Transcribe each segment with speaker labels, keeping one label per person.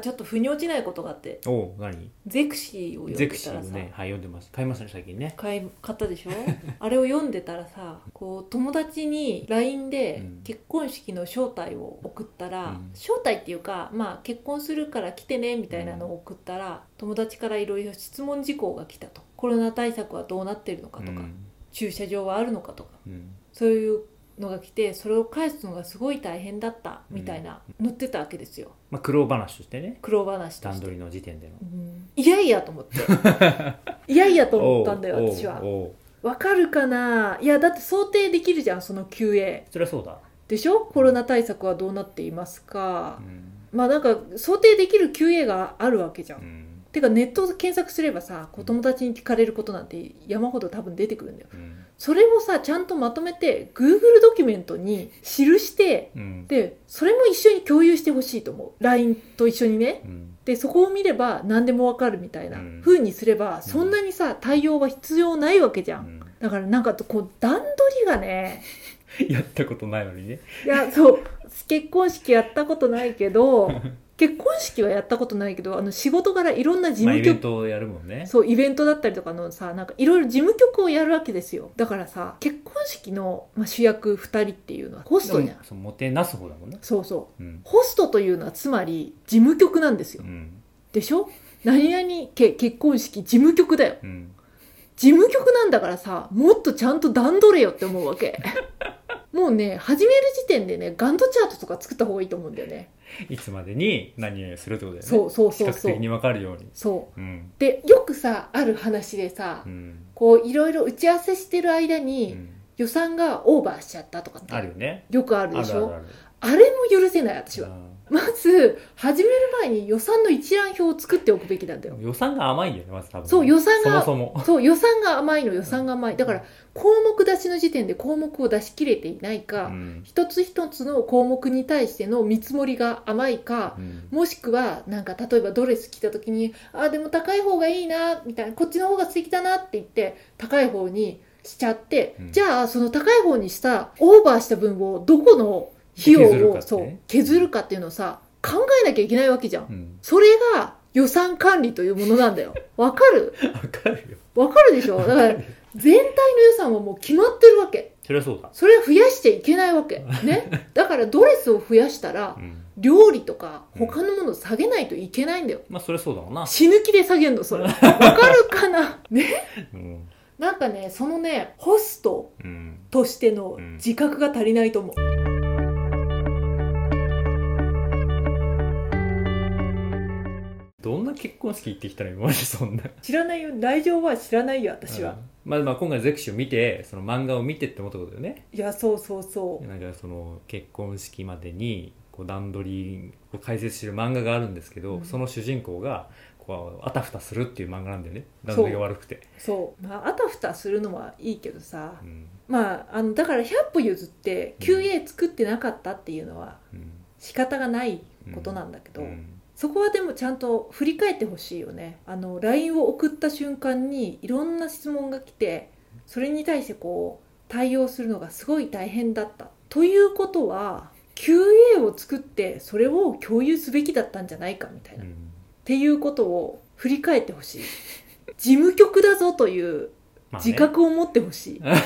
Speaker 1: ちょっと腑に落ちないことがあって
Speaker 2: おお何
Speaker 1: ゼクシーを
Speaker 2: ゼ
Speaker 1: 読ん
Speaker 2: ク
Speaker 1: で
Speaker 2: シ
Speaker 1: た
Speaker 2: ーを
Speaker 1: らさ、
Speaker 2: ねはい読んでます買いましたね最近ね
Speaker 1: 買い買ったでしょ あれを読んでたらさこう友達に LINE で
Speaker 2: うん
Speaker 1: 結婚式の招待を送ったら、
Speaker 2: うん
Speaker 1: 招待っていうか、まあ、結婚するから来てねみたいなのを送ったら、友達からいろいろ質問事項が来たとコロナ対策はどうなってるのかとか、
Speaker 2: うん
Speaker 1: 駐車場はあるのかとか
Speaker 2: うん
Speaker 1: そういうのが来てそれを返すのがすごい大変だったみたいな、載ってたわけですよ
Speaker 2: まあ苦労話としてね
Speaker 1: 苦労話と
Speaker 2: 段
Speaker 1: して
Speaker 2: 取。りの時点での
Speaker 1: うんいやいやと思って いやいやと思ったんだよ
Speaker 2: おう
Speaker 1: 私は
Speaker 2: おうおう
Speaker 1: わかるかないやだって想定できるじゃんその QA
Speaker 2: そりゃそうだ、
Speaker 1: でしょコロナ対策はどうなっていますか
Speaker 2: う、ん
Speaker 1: まあなんか想定できる QA があるわけじゃん、
Speaker 2: うん
Speaker 1: てかネットで検索すればさ子友達に聞かれることなんて山ほど多分出てくるんだよ
Speaker 2: うん
Speaker 1: それをさちゃんとまとめて Google ドキュメントに記して
Speaker 2: うん
Speaker 1: でそれも一緒に共有してほしいと思う LINE と一緒にね
Speaker 2: うん
Speaker 1: でそこを見れば何でもわかるみたいな
Speaker 2: うん
Speaker 1: 風にすれば、そんなにさ対応は必要ないわけじゃん、
Speaker 2: うん
Speaker 1: だからなんかこう段取りがね
Speaker 2: やったことないのにね
Speaker 1: いやそう結婚式やったことないけど結婚式はやったことないけどあの仕事柄いろんな事
Speaker 2: ま
Speaker 1: 務
Speaker 2: あイベ
Speaker 1: 局
Speaker 2: ントをやるもんね
Speaker 1: そうイベントだったりとかのさなんかいろいろ事務局をやるわけですよだからさ結婚式の、まあ、主役2人っていうのはホストじゃん
Speaker 2: そうもてなす方だもんね
Speaker 1: そうそう
Speaker 2: うん
Speaker 1: ホストというのはつまり事務局なんです
Speaker 2: う
Speaker 1: よ
Speaker 2: ん
Speaker 1: でしょ何々け結婚式事務局だよ
Speaker 2: うん
Speaker 1: 事務局なんだからさもっとちゃんと段取れよって思うわ けもうね始める時点でねガントチャートとか作った方がいいと思うんだよね
Speaker 2: いつまでに何々するってことだよね
Speaker 1: そうそう
Speaker 2: 比
Speaker 1: そう
Speaker 2: 較
Speaker 1: そう
Speaker 2: 的に分かるように
Speaker 1: そう
Speaker 2: うん
Speaker 1: でよくさある話でさ、
Speaker 2: うん
Speaker 1: こういろいろ打ち合わせしてる間
Speaker 2: う
Speaker 1: に、
Speaker 2: ん
Speaker 1: 予算がオーバーしちゃったとかって
Speaker 2: あるよね
Speaker 1: よくあ
Speaker 2: あ
Speaker 1: る
Speaker 2: る
Speaker 1: で
Speaker 2: あ
Speaker 1: し
Speaker 2: る
Speaker 1: ょあ
Speaker 2: ある
Speaker 1: れも許せない私は
Speaker 2: うん
Speaker 1: まず始める前に予算の一覧表を作っておくべきなんだよ
Speaker 2: 予算が甘いんだよねまず多分ね
Speaker 1: そう予算が
Speaker 2: そもそも
Speaker 1: そう予算が甘いの予算が甘いだから項目出しの時点で項目を出し切れていないか、
Speaker 2: うん
Speaker 1: 一つ一つの項目に対しての見積もりが甘いか、
Speaker 2: うん
Speaker 1: もしくはなんか例えばドレス着た時に「あでも高い方がいいな」みたいな「こっちの方が素敵だな」って言って高い方にしちゃって、
Speaker 2: うん
Speaker 1: じゃあその高い方にしたオーバーした分をどこの費用を
Speaker 2: 削るかってね
Speaker 1: そう削るかっていうのをさ考えなきゃいけないわけじゃん。
Speaker 2: うん
Speaker 1: それが予算管理というものなんだよ。わかる
Speaker 2: 分かるよ
Speaker 1: わかるでしょだから 全体の予算はもう決まってるわけ。
Speaker 2: そりゃそうだ
Speaker 1: それは増やしちゃいけないわ け。ね。だからドレスを増やしたら
Speaker 2: う、ん
Speaker 1: 料理とか他のものを下げないといけないんだよ。
Speaker 2: まあそりゃそうだもんな
Speaker 1: 死ぬ気で下げんの、それ。わかるか なね。
Speaker 2: うん
Speaker 1: なんかね、そのね、ホスト
Speaker 2: うん
Speaker 1: としての自覚が足りないと思う。
Speaker 2: どんな結婚式行ってきたの今までそんな
Speaker 1: 知らないよ。内情は知らないよ、私
Speaker 2: う
Speaker 1: は。
Speaker 2: んまあまあ今回ゼクシーを見てその漫画を見てって思ったことだよね
Speaker 1: いや、そうそうそう。
Speaker 2: なんかその結婚式までにこう段取りを解説してる漫画があるんですけど、
Speaker 1: うん
Speaker 2: その主人公がこうあたふたするっていう漫画なんだよね段取りが悪くて
Speaker 1: そう。まあ、あたふたするのはいいけどさ
Speaker 2: う。ん
Speaker 1: まあ、あの、だから100歩譲って、QA 作ってなかったっていうのは
Speaker 2: うん
Speaker 1: 仕方がないことなんだけど、
Speaker 2: うん
Speaker 1: そこはでもちゃんと振り返ってほしいよねあの LINE を送った瞬間にいろんな質問が来てそれに対してこう対応するのがすごい大変だったということは QA を作ってそれを共有すべきだったんじゃないかみたいな、
Speaker 2: う
Speaker 1: っ
Speaker 2: ん
Speaker 1: ていうことを振り返ってほしい事務局だぞという
Speaker 2: まあね
Speaker 1: 自覚を持ってほ しいわ、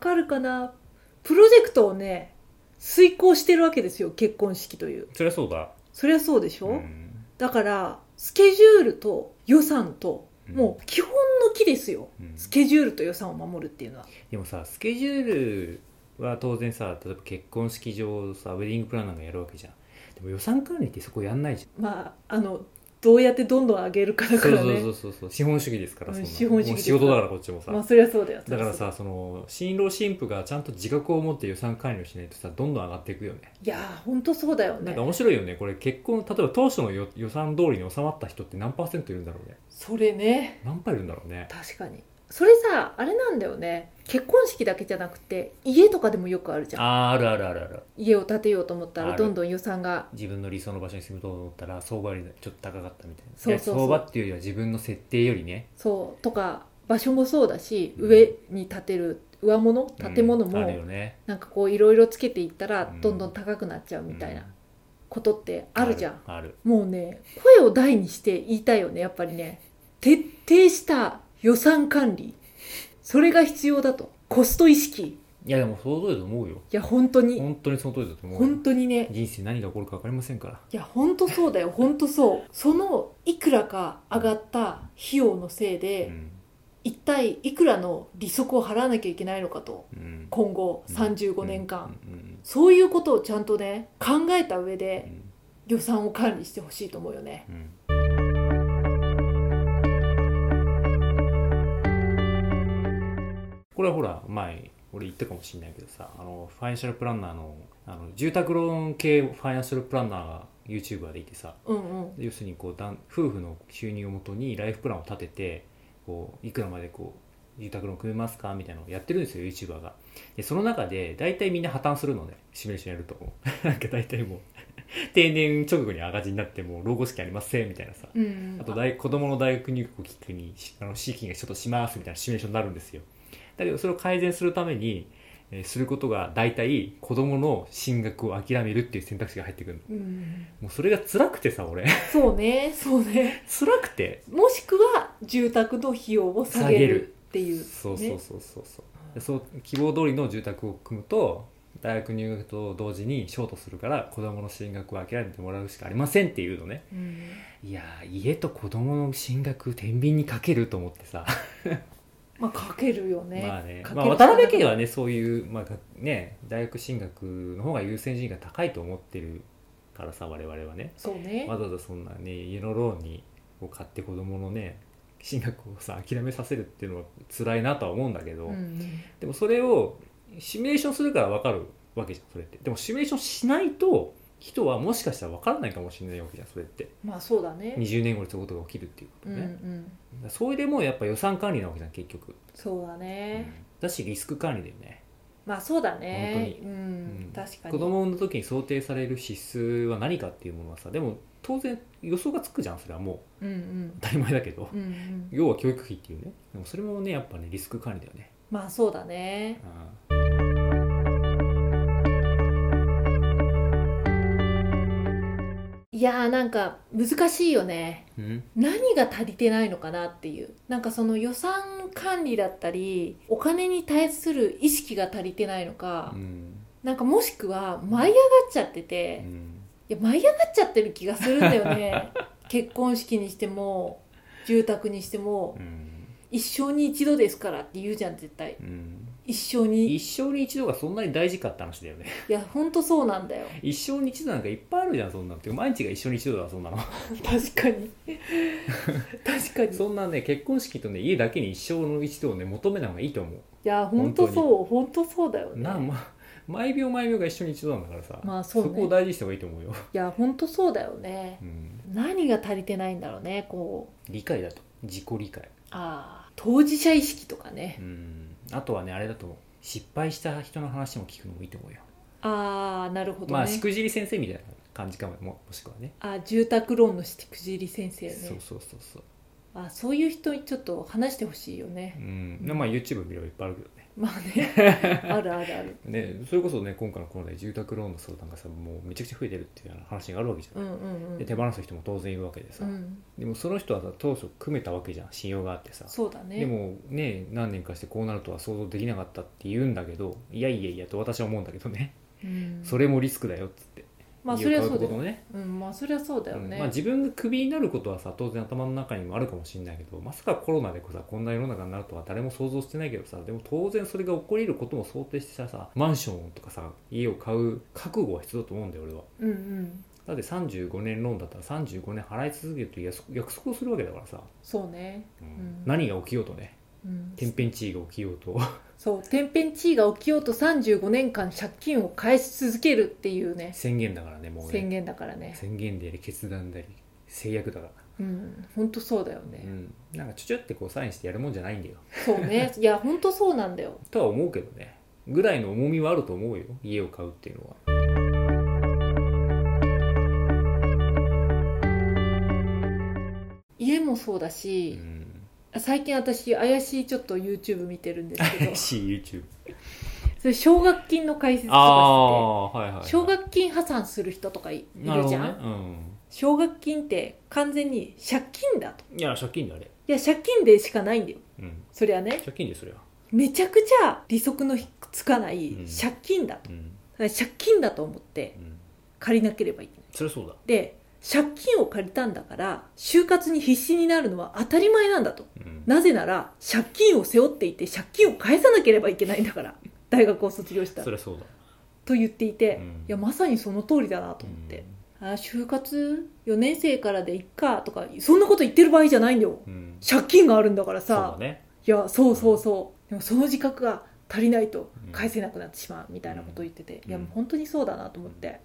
Speaker 1: かるかなプロジェクトをね遂行してるわけですよ結婚式という
Speaker 2: そりゃそうだ、
Speaker 1: そりゃそうでしょ、
Speaker 2: うん
Speaker 1: だからスケジュールと予算ともう基本の木ですよ
Speaker 2: うん、
Speaker 1: スケジュールと予算を守るっていうのは
Speaker 2: でもさスケジュールは当然さ例えば結婚式場をさウェディングプランナーがやるわけじゃんでも予算管理ってそこやんないじゃん
Speaker 1: まああのどうやってどんどん上げるかだか
Speaker 2: そう
Speaker 1: らね
Speaker 2: そうそうそうそう資本主義ですから
Speaker 1: うん
Speaker 2: そんな
Speaker 1: 資本主義
Speaker 2: もう
Speaker 1: です
Speaker 2: 仕事だからこっちもさ、
Speaker 1: まあそりゃそうだよ
Speaker 2: だからさその新郎新婦がちゃんと自覚を持って予算管理をしないとさどんどん上がっていくよね
Speaker 1: いやーほんとそうだよ
Speaker 2: なん
Speaker 1: ね
Speaker 2: か面白いよねこれ結婚例えば当初の予予算通りに収まった人って何パーセントいるんだろうね
Speaker 1: それね
Speaker 2: 何パーいるんだろうね
Speaker 1: 確かにそれさあれなんだよね結婚式だけじゃなくて家とかでもよくあるじゃん
Speaker 2: あーあるあるあるある
Speaker 1: 家を建てようと思った
Speaker 2: あ
Speaker 1: ら
Speaker 2: る
Speaker 1: どんどん予算が
Speaker 2: 自分の理想の場所に住むと思ったら相場よりちょっと高かったみたいな
Speaker 1: そうそうそう
Speaker 2: いや相場っていうよりは自分の設定よりね
Speaker 1: そうとか場所もそうだし、
Speaker 2: うん
Speaker 1: 上に建てる上物
Speaker 2: うん
Speaker 1: 建物も、
Speaker 2: あるよね
Speaker 1: なんかこういろいろつけていったら
Speaker 2: うん
Speaker 1: どんどん高くなっちゃうみたいな、
Speaker 2: うん
Speaker 1: ことってあるじゃん。
Speaker 2: ある
Speaker 1: もうね声を大にして言いたいよねやっぱりね徹底した予算管理それが必要だとコスト意識い
Speaker 2: いやでもその通りだと思うよ
Speaker 1: や本当に
Speaker 2: 本当にその通りだと思うよ
Speaker 1: 本当にね
Speaker 2: 人生何が起こるか分かりませんから
Speaker 1: いや本当そうだよ本当そうそのいくらか上がった費用のせいうで、
Speaker 2: ん
Speaker 1: 一体いくらの利息を払わなきゃいけないのかと
Speaker 2: うん
Speaker 1: 今後35
Speaker 2: うん
Speaker 1: 年間、
Speaker 2: うんうん
Speaker 1: そういうことをちゃんとね考えた上
Speaker 2: う
Speaker 1: で
Speaker 2: ん
Speaker 1: 予算を管理してほしいと思うよね
Speaker 2: うんこれはほら前俺言ったかもしれないけどさあのファイナンシャルプランナーのあの住宅ローン系ファイナンシャルプランナーが YouTuber でいてさ
Speaker 1: うんうん
Speaker 2: 要するにこうだん夫婦の収入をもとにライフプランを立ててこういくらまでこう住宅ローン組めますかみたいなのをやってるんですよ YouTuber がでその中で大体みんな破綻するので、シミュレーションやると なんか大体もう 定年直後に赤字になってもう老後資金ありませんみたいなさ
Speaker 1: うんうん
Speaker 2: あと大子供の大学入学をきっかけにしあの資金がちょっとしますみたいなシミュレーションになるんですよだけどそれを改善するために、えーすることが大体子供の進学を諦めるっていう選択肢が入ってくるの
Speaker 1: うん
Speaker 2: もうそれが辛くてさ俺
Speaker 1: そうねそうね
Speaker 2: 辛くて
Speaker 1: もしくは住宅の費用を下げるっていう、ね、
Speaker 2: そうそうそうそうそうでそう希望通りの住宅を組むと大学入学と同時にショートするから子供の進学を諦めてもらうしかありませんっていうのね
Speaker 1: うん
Speaker 2: いやー家と子供の進学天秤にかけると思ってさ
Speaker 1: まあかけるよね,、
Speaker 2: まあね
Speaker 1: かける
Speaker 2: まあ、渡辺家はねそういう、まあがね、大学進学の方が優先順位が高いと思ってるからさ我々はね
Speaker 1: そうね
Speaker 2: わざわざそんなね家のローンにを買って子供のね進学をさ諦めさせるっていうのは辛いなとは思うんだけど、
Speaker 1: うんうん
Speaker 2: でもそれをシミュレーションするから分かるわけじゃんそれってでもシミュレーションしないと人はもしかしたら分からないかもしれないわけじゃんそれって
Speaker 1: まあそうだね
Speaker 2: 20年後にそういうことが起きるっていうこと
Speaker 1: うんう
Speaker 2: ね、だか
Speaker 1: ん
Speaker 2: らそれでもうやっぱ予算管理なわけじゃん結局、
Speaker 1: そうだ
Speaker 2: うん
Speaker 1: ね、
Speaker 2: だしリスク管理だよね
Speaker 1: まあそうだね
Speaker 2: 本
Speaker 1: うん、
Speaker 2: うん
Speaker 1: 確かに
Speaker 2: 子供を産んだ時に想定される指数は何かっていうものはさでも当然予想がつくじゃんそれはもう
Speaker 1: うんうん
Speaker 2: 当たり前だけど、
Speaker 1: うんうん、
Speaker 2: 要は教育費っていうねでもそれもねやっぱねリスク管理だよね、
Speaker 1: まあそうだね
Speaker 2: うん
Speaker 1: いやーなんか難しいよね
Speaker 2: うん
Speaker 1: 何が足りてないのかなっていうなんかその予算管理だったりお金に対する意識が足りてないのか、
Speaker 2: うん
Speaker 1: なんかもしくは舞い上がっちゃってて、
Speaker 2: うん
Speaker 1: いや舞い上がっちゃってる気がするんだよ ね結婚式にしても住宅にしても
Speaker 2: うん
Speaker 1: 一生に一度ですからって言うじゃん絶対
Speaker 2: うん
Speaker 1: 一生にい
Speaker 2: 一生に一度がそんなに大事かって話だよね
Speaker 1: やほんとそうなんだよ
Speaker 2: 一生に一度なんかいっぱいあるじゃんそんなのって毎日が一生に一度だそ んなの
Speaker 1: 確かに確かにい
Speaker 2: そんなね結婚式とね家だけに一生の一度をね求めない方がいいと思
Speaker 1: やほんとそうほんとそうだよ
Speaker 2: う
Speaker 1: ね
Speaker 2: な、ま、毎秒毎秒が一生に一度なんだからさ、
Speaker 1: まあそうね
Speaker 2: こを大事にした方がいいと 思うよ、
Speaker 1: いやほんとそうだよね
Speaker 2: うん、
Speaker 1: 何が足りてないんだろうねこう
Speaker 2: 理解だと自己理解
Speaker 1: ああ当事者意識とかね
Speaker 2: うんあとはねあれだと失敗した人の話も聞くのもいいと思うよ、
Speaker 1: ああなるほどね、
Speaker 2: まあしくじり先生みたいな感じかもももしくはね
Speaker 1: あー住宅ローンのしくじり先生ね
Speaker 2: そうそうそうそう、
Speaker 1: あそういう人にちょっと話してほしいよ
Speaker 2: う
Speaker 1: ね。
Speaker 2: ん、まあ YouTube 見ればいっぱいあるけどね
Speaker 1: まあ ねあるあるある。
Speaker 2: ね、それこそね今回のコロナで住宅ローンの相談がさもうめちゃくちゃ増えてるっていう話があるわけじゃ、
Speaker 1: うんんうんう
Speaker 2: で
Speaker 1: ん。
Speaker 2: 手放す人も当然いるわけでさ、
Speaker 1: うん、
Speaker 2: でもその人はさ当初組めたわけじゃん信用があってさ、
Speaker 1: そうだね。
Speaker 2: でもね何年かしてこうなるとは想像できなかったって言うんだけどいやいやいやと私は思うんだけどね、
Speaker 1: うん、
Speaker 2: それもリスクだよっつって
Speaker 1: まあそれは
Speaker 2: 家を
Speaker 1: そう
Speaker 2: 買
Speaker 1: だ
Speaker 2: こ
Speaker 1: よ。
Speaker 2: とのね
Speaker 1: うんまあそれはそうだよ
Speaker 2: うん
Speaker 1: ね。
Speaker 2: まあ、自分がクビになることはさ当然頭の中にもあるかもしれないけどまさかコロナでこうさこんな世の中になるとは誰も想像してないけどさでも当然それが起こり得ることも想定してさマンションとかさ家を買う覚悟は必要だと思うんだよ俺は
Speaker 1: うんうん。
Speaker 2: だって35年ローンだったら35年払い続けるという約束約束をするわけだからさ、
Speaker 1: そうね。
Speaker 2: うん
Speaker 1: ん
Speaker 2: 何が起きようとね
Speaker 1: うん、
Speaker 2: 天変地異が起きよう と
Speaker 1: そう天変地異が起きようと35年間借金を返し続けるっていうね
Speaker 2: 宣言だからねもうね
Speaker 1: 宣言だからね。
Speaker 2: 宣言であり決断であり制約だから、
Speaker 1: うん本当そうだよ
Speaker 2: う
Speaker 1: ね。
Speaker 2: ん、なんかちょちょってこうサインしてやるもんじゃないんだよ
Speaker 1: そうねいや本当そうなんだよ。
Speaker 2: とは思うけどねぐらいの重みはあると思うよ家を買うっていうのは
Speaker 1: 家もそうだし、 最近私怪しいちょっと YouTube 見てるんですけど
Speaker 2: 怪。しい YouTube
Speaker 1: それ奨学金の解説と
Speaker 2: あ
Speaker 1: か
Speaker 2: あはいはい
Speaker 1: して奨学金破産する人とかいい
Speaker 2: なる
Speaker 1: る
Speaker 2: ほ
Speaker 1: じ
Speaker 2: ど
Speaker 1: ゃ
Speaker 2: ね
Speaker 1: ん奨、学金って完全に借金だと
Speaker 2: うんいや借金だあれ
Speaker 1: いや借金でしかないんだよ
Speaker 2: うん
Speaker 1: そりゃね
Speaker 2: 借金でそりゃ
Speaker 1: めちゃくちゃ利息のつかない
Speaker 2: うん
Speaker 1: 借金だと、
Speaker 2: うん
Speaker 1: だから借金だと思って
Speaker 2: うん
Speaker 1: 借りなければいけない
Speaker 2: そりゃそうだ
Speaker 1: で借金を借りたんだから就活に必死になるのは当たり前なんだと
Speaker 2: うん
Speaker 1: なぜなら借金を背負っていて借金を返さなければいけないんだから大学を卒業した
Speaker 2: そ
Speaker 1: と
Speaker 2: りゃそうだ
Speaker 1: 言っていて、
Speaker 2: うん
Speaker 1: いやまさにその通りだなと思って、あー就活4年生からでいっかとかそんなこと言ってる場合じゃないんだよ
Speaker 2: うんうん
Speaker 1: 借金があるんだから
Speaker 2: そう
Speaker 1: さ
Speaker 2: だね
Speaker 1: いやそうそうそうでもその自覚が足りないと
Speaker 2: うん
Speaker 1: 返せなくなってしまうみたいなことを言ってて、
Speaker 2: うん
Speaker 1: いやもう本当にそうだなと思って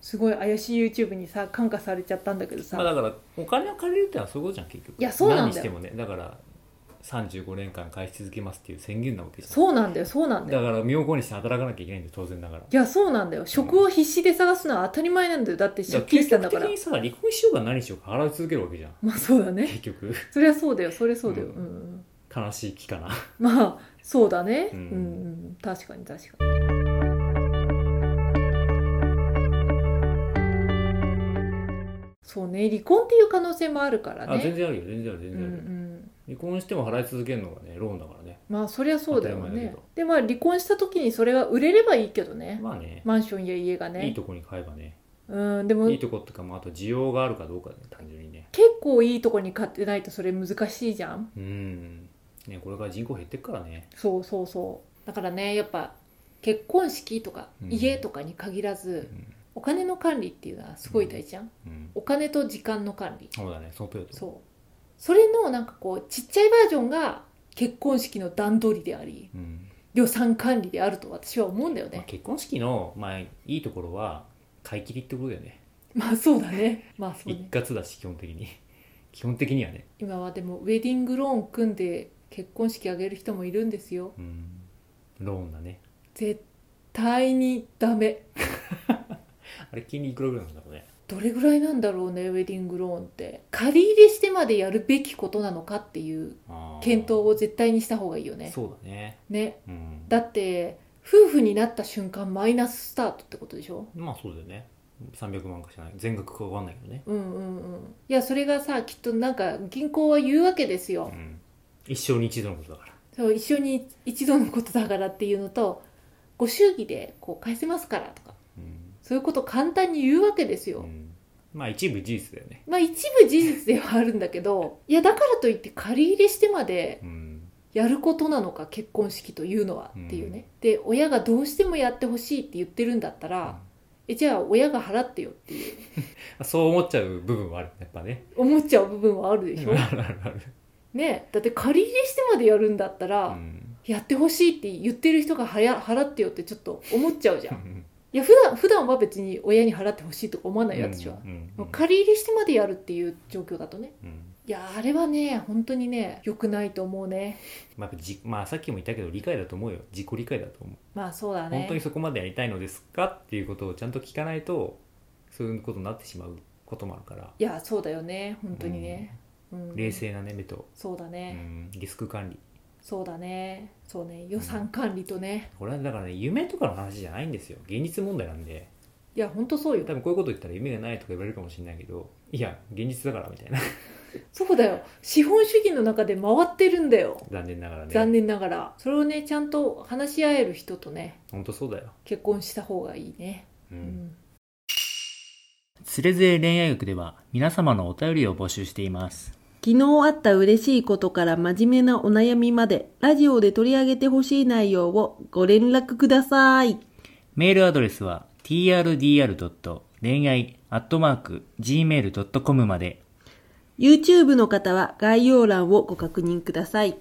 Speaker 1: すごい怪しい YouTube にさ感化されちゃったんだけどさ、
Speaker 2: まあだからお金を借りるってのはそういうことじゃん結局
Speaker 1: いやそうなんだよ
Speaker 2: 何にしてもねだから35年間返し続けますっていう宣言なわけじゃん
Speaker 1: そうなんだよそうなんだよ
Speaker 2: だから身を粉にして働かなきゃいけないんで当然ながら
Speaker 1: いやそうなんだよ職を必死で探すのは当たり前なんだよだって借金したんだから
Speaker 2: 究極的にさ離婚しようが何しようか払い続けるわけじゃん
Speaker 1: まあそうだね
Speaker 2: 結局
Speaker 1: そりゃそうだよそりゃそうだよ、
Speaker 2: う
Speaker 1: うんんうん、
Speaker 2: 悲しい期かな
Speaker 1: まあそうだね
Speaker 2: う
Speaker 1: うんん、うん、確かに確かにそうね離婚っていう可能性もあるからね
Speaker 2: あ全然あるよ全然ある全
Speaker 1: う
Speaker 2: 然
Speaker 1: んう
Speaker 2: ある、
Speaker 1: ん
Speaker 2: 離婚しても払い続けるのがねローンだからね
Speaker 1: まあそりゃそうだよ
Speaker 2: 当たり前だ
Speaker 1: ね
Speaker 2: けど
Speaker 1: でまあ離婚した時にそれが売れればいいけどね
Speaker 2: まあね
Speaker 1: マンションや家がね
Speaker 2: いいとこに買えばね
Speaker 1: うんでも
Speaker 2: いいとこっていうか、まあ、あと需要があるかどうかね単純にね
Speaker 1: 結構いいとこに買ってないとそれ難しいじゃん
Speaker 2: うんねこれから人口減ってくからね
Speaker 1: そうそうそうだからねやっぱ結婚式とか
Speaker 2: うん
Speaker 1: 家とかに限らず、
Speaker 2: ん
Speaker 1: お金の管理っていうのはすごい大事じゃん、
Speaker 2: うん
Speaker 1: お金と時間の管理
Speaker 2: そうだねそのとおりだと
Speaker 1: そうそれのなんかこうちっちゃいバージョンが結婚式の段取りであり
Speaker 2: 思う、うん
Speaker 1: 予算管理であると私は思うんだよ
Speaker 2: まあ、
Speaker 1: ね
Speaker 2: 結婚式の、まあ、いいところは買い切りってことだよね
Speaker 1: まあそうだ ねまあそう
Speaker 2: 一
Speaker 1: ね
Speaker 2: 括だし基本的に 基本的にはね、
Speaker 1: 今はでもウェディングローン組んで結婚式あげる人もいるんですよ
Speaker 2: うん、ローンだね
Speaker 1: 絶対にダメ
Speaker 2: あれ金利いくらぐらいなんだろうね
Speaker 1: どれぐらいなんだろうねウェディングローンって借り入れしてまでやるべきことなのかっていう
Speaker 2: あー
Speaker 1: 検討を絶対にした方がいいよね
Speaker 2: そうだね
Speaker 1: ね
Speaker 2: うん
Speaker 1: だって夫婦になった瞬間マイナススタートってことでしょ
Speaker 2: まあそうだよね300万かしらない全額かわかんないけどね、
Speaker 1: うんうんうんいやそれがさきっとなんか銀行は言うわけです
Speaker 2: う
Speaker 1: よ
Speaker 2: ん、一生に一度のことだから
Speaker 1: そう一緒に一度のことだからっていうのとご祝儀でこう返せますからとか
Speaker 2: うん、
Speaker 1: そういうこと簡単に言うわけです
Speaker 2: う
Speaker 1: よ
Speaker 2: んまあ一部事実だよね
Speaker 1: まあ一部事実ではあるんだけどいやだからといって借り入れしてまで
Speaker 2: うん
Speaker 1: やることなのか結婚式というのはっていうね、で親がどうしてもやってほしいって言ってるんだったら、えじゃあ親が払ってよっていう
Speaker 2: そう思っちゃう部分はあるやっぱね
Speaker 1: 思っちゃう部分はあるでしょ、
Speaker 2: あるあるある、
Speaker 1: ねだって借り入れしてまでやるんだったら、
Speaker 2: うん
Speaker 1: やってほしいって言ってる人がはや払ってよってちょっと思っちゃうじゃん、いや普段普段は別に親に払ってほしいとか思わないよ私は、
Speaker 2: うん
Speaker 1: もう借り入れしてまでやるっていう状況だとね
Speaker 2: うん
Speaker 1: いやあれはね本当にね良くないと思うね
Speaker 2: まあ、やっぱじまあさっきも言ったけど理解だと思うよ自己理解だと思う
Speaker 1: まあそうだね
Speaker 2: 本当にそこまでやりたいのですかっていうことをちゃんと聞かないとそういうことになってしまうこともあるから
Speaker 1: いやそうだよね本当にね、うん
Speaker 2: 冷静な、ね、目と、
Speaker 1: そうだ
Speaker 2: う
Speaker 1: ね、
Speaker 2: ん、リスク管理
Speaker 1: そうだねそうね予算管理とね
Speaker 2: これはだからね夢とかの話じゃないんですよ現実問題なんで
Speaker 1: いや本当そうよ
Speaker 2: 多分こういうこと言ったら夢がないとか言われるかもしれないけどいや現実だからみたいな
Speaker 1: そうだよ資本主義の中で回ってるんだよ
Speaker 2: 残念ながらね
Speaker 1: 残念ながらそれをねちゃんと話し合える人とね
Speaker 2: 本当そうだよ、
Speaker 1: 結婚した方がいいね、
Speaker 2: う
Speaker 1: うんん、
Speaker 2: つれづれ恋愛学では皆様のお便りを募集しています
Speaker 3: 昨日あった嬉しいことから真面目なお悩みまで、ラジオで取り上げてほしい内容をご連絡ください。
Speaker 2: メールアドレスは trdr. 恋愛 .gmail.com まで
Speaker 3: YouTube の方は概要欄をご確認ください。